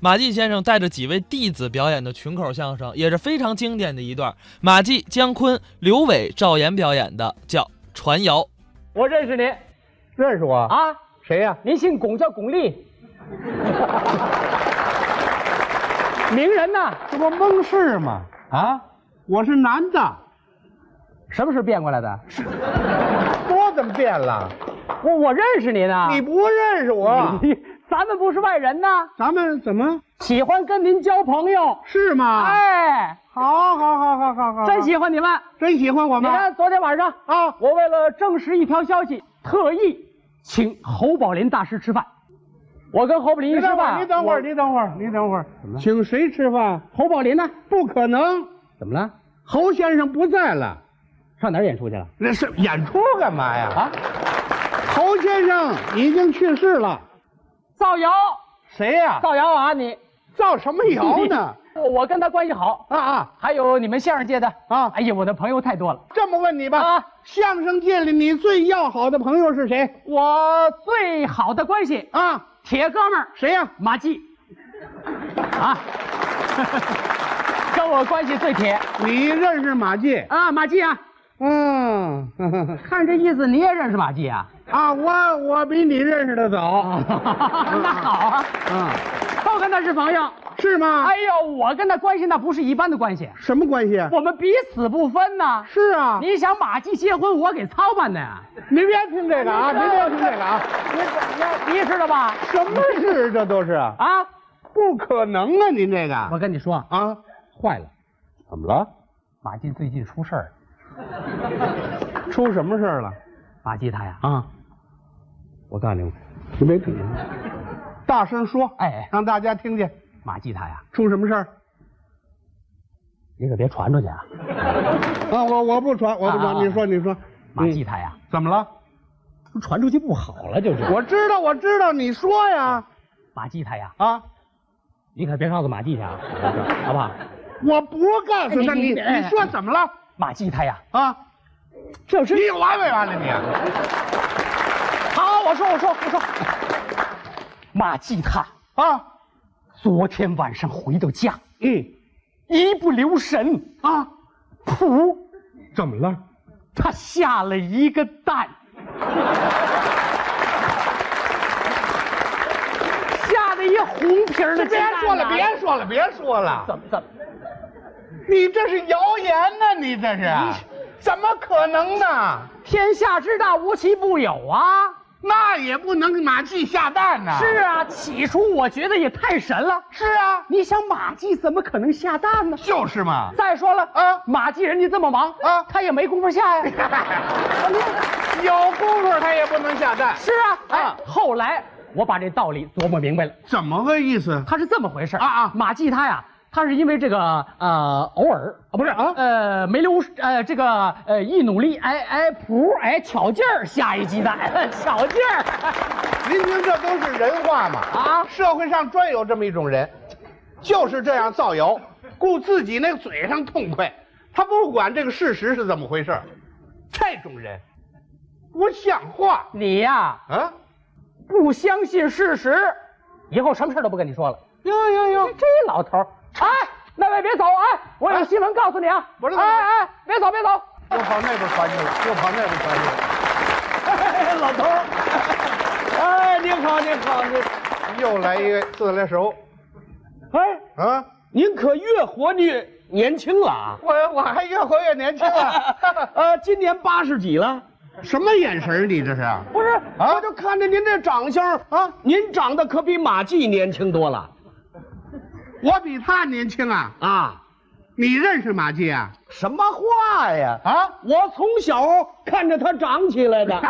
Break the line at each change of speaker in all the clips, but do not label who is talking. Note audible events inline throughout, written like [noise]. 马季先生带着几位弟子表演的群口相声，也是非常经典的一段。马季、姜昆、刘伟、赵岩表演的叫传谣。
我认识您
认识我？
啊，
谁呀、
您姓巩，叫巩俐， [laughs] 名人呐。
这不蒙事吗？啊，我是男的，
什么时候变过来的？
我怎么变了？
我我认识您啊。
你不认识我？
咱们不是外人呐，
咱们怎么
喜欢跟您交朋友。
是吗？，
哎，
好，好，好，好，好，啊好，
真喜欢你们。
真喜欢我
你
吗？
看昨天晚上
啊
我为了证实一条消息，特意请侯宝林大师吃饭。我跟侯宝林一
你
吃
等会儿，
饭，
你等会儿，
我，
你等会儿，你等会儿，怎么了？请谁吃饭？
侯宝林呢
不可能！怎么了？侯先生不在了，
上哪儿演出去了？
那是演出干嘛呀？
啊，
侯先生已经去世了。
造谣，
谁
[laughs]
呀、
造谣啊你！
造什么谣呢？
我 [laughs] 我跟他关系好，
啊啊！
还有你们相声界的
啊
哎呀，我的朋友太多了。
这么问你吧，
啊
相声界里你最要好的朋友是谁？
我最好的关系，
啊，
铁哥们儿
谁呀、
马季，啊， [laughs] 跟我关系最铁
你认识马季？
啊，马季啊，
嗯， [laughs]
看这意思你也认识马季啊？ [laughs]
啊，我我比你认识的早。
那好啊，
啊，
都跟他是朋友。
是吗？
哎呦，我跟他关系那不是一般的关系，
什么关系？啊
我们彼此不分呐。
是啊，
你想马季结婚，我给操办的呀？ [laughs]
您别听这个啊，
你
您
这
别听这个啊，
[laughs] 你知道吧？
什么事这都是啊，
啊，
不可能啊，您这个
我跟你说，啊，
啊，
坏了，
怎么了？
马季最近出事儿了。
出什么事儿了？
马季他呀，
啊，我告诉你，你别听，大声说，
哎
让大家听见，
马季他呀，
出什么事儿？
你可别传出去啊！
啊，我我不传，我
啊
不
啊
传，
啊
你说你说，嗯
马季他呀，
怎么了？
传出去不好了，就是。
我知道，我知道，你说呀，
马季他呀，
啊，
你可别告诉马季去啊，好不好？
我不告诉他，
你
你
你哎
你说怎么了？
马季他呀，
啊，
这是
你有完没完了你？啊
好，我说我说我说，马季他
啊，
昨天晚上回到家，
嗯，
一不留神，
啊，
噗，
怎么了？
他下了一个蛋，下了一红皮儿的鸡
别
蛋啊
说了，别说了，别说了，
怎么怎么，
你这是谣言呢、你这是，怎么可能呢？
天下之大无奇不有啊！
那也不能马季下蛋呢、
是啊，起初我觉得也太神了。
是啊，
你想马季怎么可能下蛋呢？
就是嘛。
再说了
啊
马季人家这么忙
啊
他也没工夫下 [laughs] 呀。
有功夫他也不能下蛋，
是啊，哎
啊，
后来我把这道理琢磨明白了，
怎么个意思？
他是这么回事儿
啊啊
马季他呀，他是因为这个呃偶尔啊不是
啊
呃没留呃这个呃一努力哎哎噗哎巧劲儿下一鸡蛋 [laughs] 巧劲儿
您听，这都是人话嘛！
啊
啊，社会上专有这么一种人，就是这样造谣，顾自己那个嘴上痛快，他不管这个事实是怎么回事儿。这种人不像话
[laughs] 你呀、
啊！
不相信事实，以后什么事儿都不跟你说了。
哟哟
这
哟，
这老头儿，哎，那位别走啊！我有新闻告诉你啊！
不是
哎哎，别走别走！
又跑那边传去了，又跑那边传去了。
[laughs] 老头 [laughs] 儿，哎，您好您好您，
又来一个自来熟
哎，
啊！
您可越活越年轻了 [laughs] 啊！
我我还越活越年轻啊了。
呃，今年八十几了，
[laughs] 什么眼神儿你这是？
不是？
啊
我就看着您这长相啊，您长得可比马季年轻多了
我比他年轻啊！
啊！
你认识马季啊？
什么话呀？
啊？
我从小看着他长起来 [laughs] 的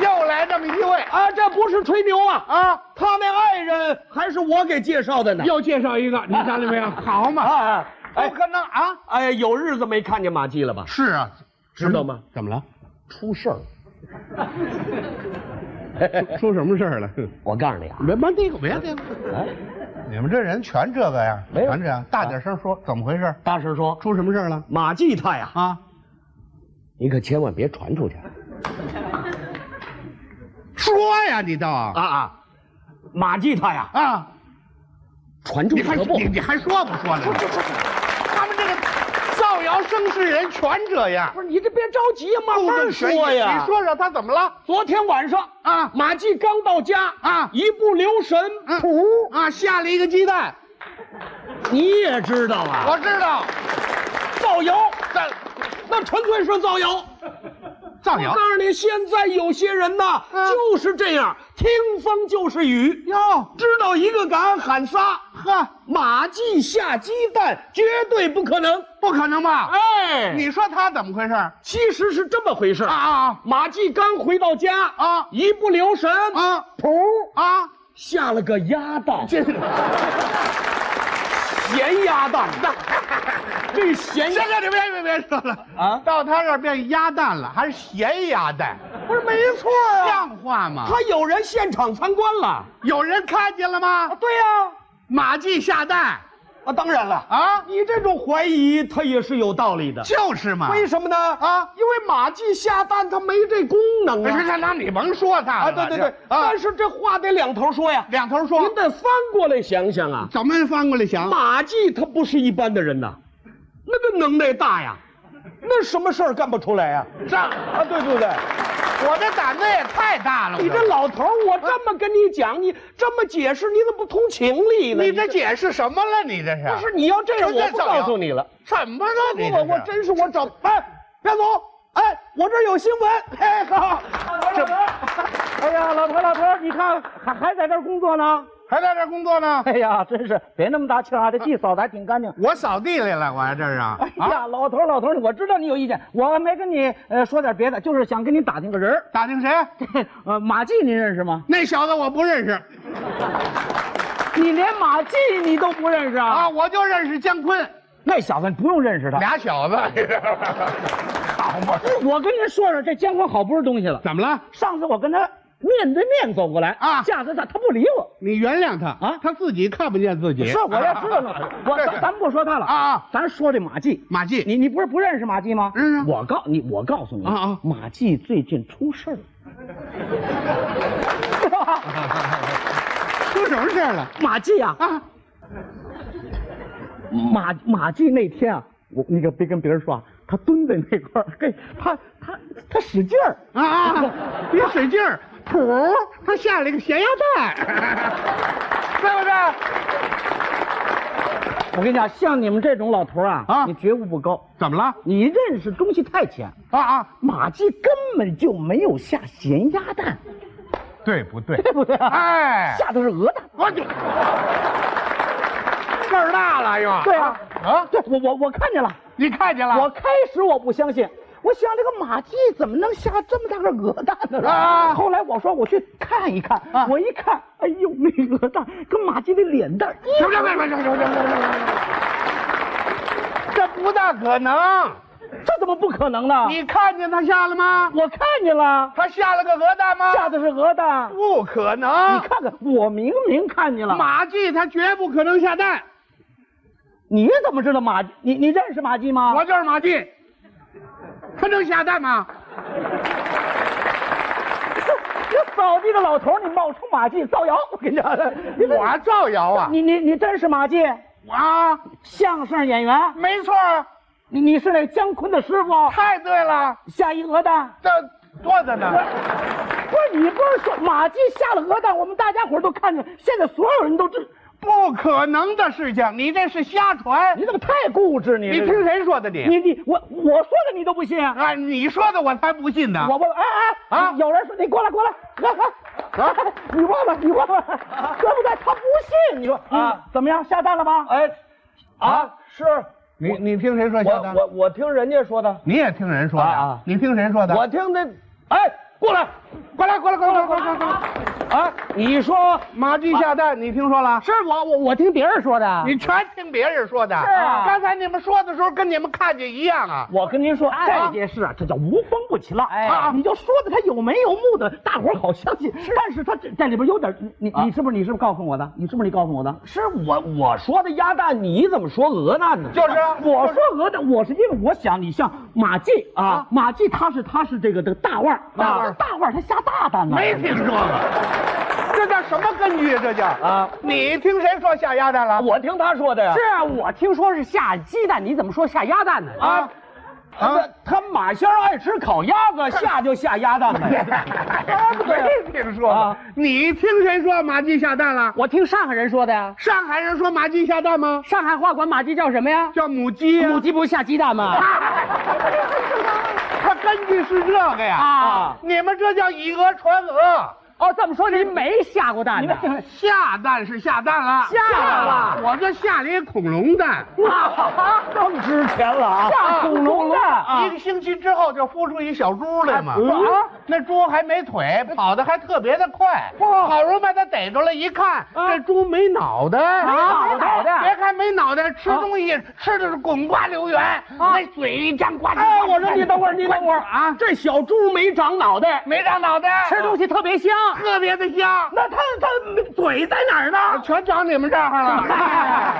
又来这么一位
啊，这不是吹牛啊！
啊！
他那爱人还是我给介绍的呢。
又介绍
[laughs]
一个，你瞧见没有？好嘛，
啊，
不可能啊！
哎，有日子没看见马季了吧？
是啊，
知道吗？
怎么了？
出事儿。
[laughs] 出什么事儿了？
我告诉你啊，
别别嘀咕，别嘀咕！你们这人全这个呀，
没有
全这样，大点声说，怎么回事？
大声说，
出什么事儿了？
马季他呀，
啊？
你可千万别传出去啊
说呀，你倒
啊啊！
马季他呀，
啊！
传众
你还
可不
你，你还说不说了？他们这个造谣生事人全这样
不，是你这别着急呀，慢
故
慢
弄玄
说
虚
呀。
你说说他怎么了？
昨天晚上
啊
马季刚到家
啊
一不留神，
嗯
噗，
啊，下了一个鸡蛋，
你也知道啊，
我知道，
造谣，
这
那纯粹是造谣。
造
我
谣
告诉你，现在有些人呐，
嗯
就是这样，听风就是雨，
哟，
知道一个敢喊仨。
呵，
马季下鸡蛋绝对不可能。
不可能吧？
哎，
你说他怎么回事？啊
其实是这么回事啊。
啊
马季刚回到家
啊
一不留神，
啊
噗，
啊！
下了个鸭蛋，
这
咸鸭 [laughs] 蛋。这咸鸭
现在你别别别说了
啊
到他这儿变鸭蛋了，还是咸鸭蛋，
不是没错啊，
像话吗？
他有人现场参观了。
有人看见了吗？
对呀、啊，
马季下蛋
当然了啊，
啊，
你这种怀疑他也是有道理的。
就是嘛。
为什么呢？啊，因为马季下蛋他没这功能
不是
啊。
他哎那你甭说他
啊，
了
对对
这
对，
啊
但，是这话得两头说呀。
两头说
您，得翻过来想想啊，
怎么翻过来想？
马季他不是一般的人呐，那个能耐大呀，那什么事儿干不出来呀、
这
啊？对对不对？
我这胆子也太大了，
你这
我
老头儿，我这么跟你讲，你这么解释，你怎么不通情理呢？
你这解释什么了？你这是
不是你要这样，
纯粹
我不
造谣
告诉你了。
什么了？
不
你
不，
是
我真是我找哎，别走，哎，我这儿有新闻。哎，好，
这
哎呀，老头儿老头儿，你看还还在这儿工作呢。
还在这儿工作呢？
哎呀，真是别那么大气儿啊，这地扫的还挺干净。
我扫地来了，我还这是啊
哎
啊！
呀，老头儿老头儿，我知道你有意见，我没跟你呃说点别的，就是想跟你打听个人儿。
啊
[laughs]
打听谁？
呃，马季您认识吗？
那小子我不认识
你连马季你都不认识啊？
啊，我就认识姜昆，
那小子你不用认识他。
俩小子，你知道吗好嘛？
我跟您说说，这姜昆好不是东西了。
[laughs] 怎么了？
上次我跟他面对面走过来
啊
架子他他不理我。
你原谅他
啊
他自己看不见自己。
是，我要知道
[laughs]
那事儿，我咱咱不说他了
啊啊
咱说这马季。
马季，
你你不是不认识马季吗？
认识啊
我告你，我告诉你
啊啊
马季最近出事儿了。
出什么事儿了？
[laughs] 马季啊，
啊，嗯
马马季那天啊，我你可别跟别人说啊，他蹲在那块儿，嘿，他他他使劲儿，
啊，你使劲儿，噗，他下了一个咸鸭蛋，对不对？
我跟你讲，像你们这种老头儿啊，
啊
你觉悟不高，
怎么了？
你认识东西太浅，
啊啊，
马季根本就没有下咸鸭蛋，
对不对？
对不对？
哎，
下的是鹅蛋。
我就事儿大了又。
对啊，
啊，
对我我我看见了，
你看见
我
了？
开始我不相信。我想这个马季怎么能下这么大个鹅蛋呢？
啊
后来我说我去看一看，
啊
我一看，哎呦，那鹅蛋跟马季的脸蛋儿一
行行行行行行行行行，这不大可能。
这怎么不可能呢？
你啊看见他下了吗？
我看见了，
他下了个鹅蛋吗？
下的是鹅蛋。
不可
你
能。
看看，我明明看见了。
啊马季他绝不可能下蛋。
你怎么知道马？你你认识马季吗？
我就是马季，他能下蛋吗？
这扫地的老头儿，你冒充马季造谣！我跟你讲，你
我造谣啊！
你你你真是马季，
啊，
相声演员，
没错儿，
你你是那姜昆的师傅，
太对了，
下一鹅蛋。
这多着呢。
不是你不是说马季下了鹅蛋，我们大家伙儿都看见，现在所有人都知。
不可能的事情，你这是瞎传
你。怎么太固执你？
你听谁说的你？
你你我我说的你都不信。
啊，你说的我才不信呢。
我问，哎哎
啊
啊！有人说你过来过来，来来
啊
啊！你问问你问问，对不对？他不信，你说啊
啊？
怎么样？下蛋了吧？
哎，啊，是
你你听谁说
我
瞎的？
我我听人家说的，
你也听人说的？
啊啊
你听谁说的？
我听那，哎，过来，
过来过来过来过来过来过来！
啊，你说
马季下蛋，你听说了？
是我我我听别人说的。
你全听别人说的。是
啊
刚才你们说的时候跟你们看见一样啊。
我跟您说，
啊
这件事啊，这叫无风不起浪。
啊
哎，你就说的他有眉有目的，大伙儿好相信。但是他这这里边有点，你你是不是你是不是告诉我的？你是不是你告诉我的？
是我我说的鸭蛋，你怎么说鹅蛋呢？
就是啊
我说鹅蛋，我是因为我想你像马季
啊
啊，马季他是他是这个这个大腕儿
大腕儿
啊大腕儿他下大蛋呢。
没听说过，这叫什么根据啊？这叫
啊
啊！你听谁说下鸭蛋了？
我听他说的呀
是。啊，我听说是下鸡蛋，你怎么说下鸭蛋呢？
啊，他他马仙儿爱吃烤鸭子，下就下鸭蛋
啊，
呗。
没听说
啊
过。你听谁说麻鸡下蛋了？
我听上海人说的呀。
上海人说麻鸡下蛋吗？
上海话管马鸡叫什么呀？
叫母鸡呀。
母鸡不是下鸡蛋
[laughs]
吗？
他根据是这个呀。
啊，
你们这叫以讹传讹，
哦，这么说您没下过蛋呢？
下蛋是下蛋了，
下了
我这下了一恐龙蛋，
[laughs]
更值钱了啊！
下恐啊龙啊蛋
一个星期之后就孵出一小猪来
嗯
嘛。那猪还没腿，
哎
跑得还特别的快。好容易把它逮着了，一看这猪没脑袋啊，
啊没脑袋啊
别看没脑袋，吃东西吃的是滚瓜流圆，那嘴一张呱唧呱唧。
哎，我说你等会儿，你等会儿啊！这小猪没长脑袋，
没长脑袋，啊
吃东西特别
[laughs]
香。
特别的香。
那它它嘴在哪儿呢？
[laughs] 哎
全长你们这儿了。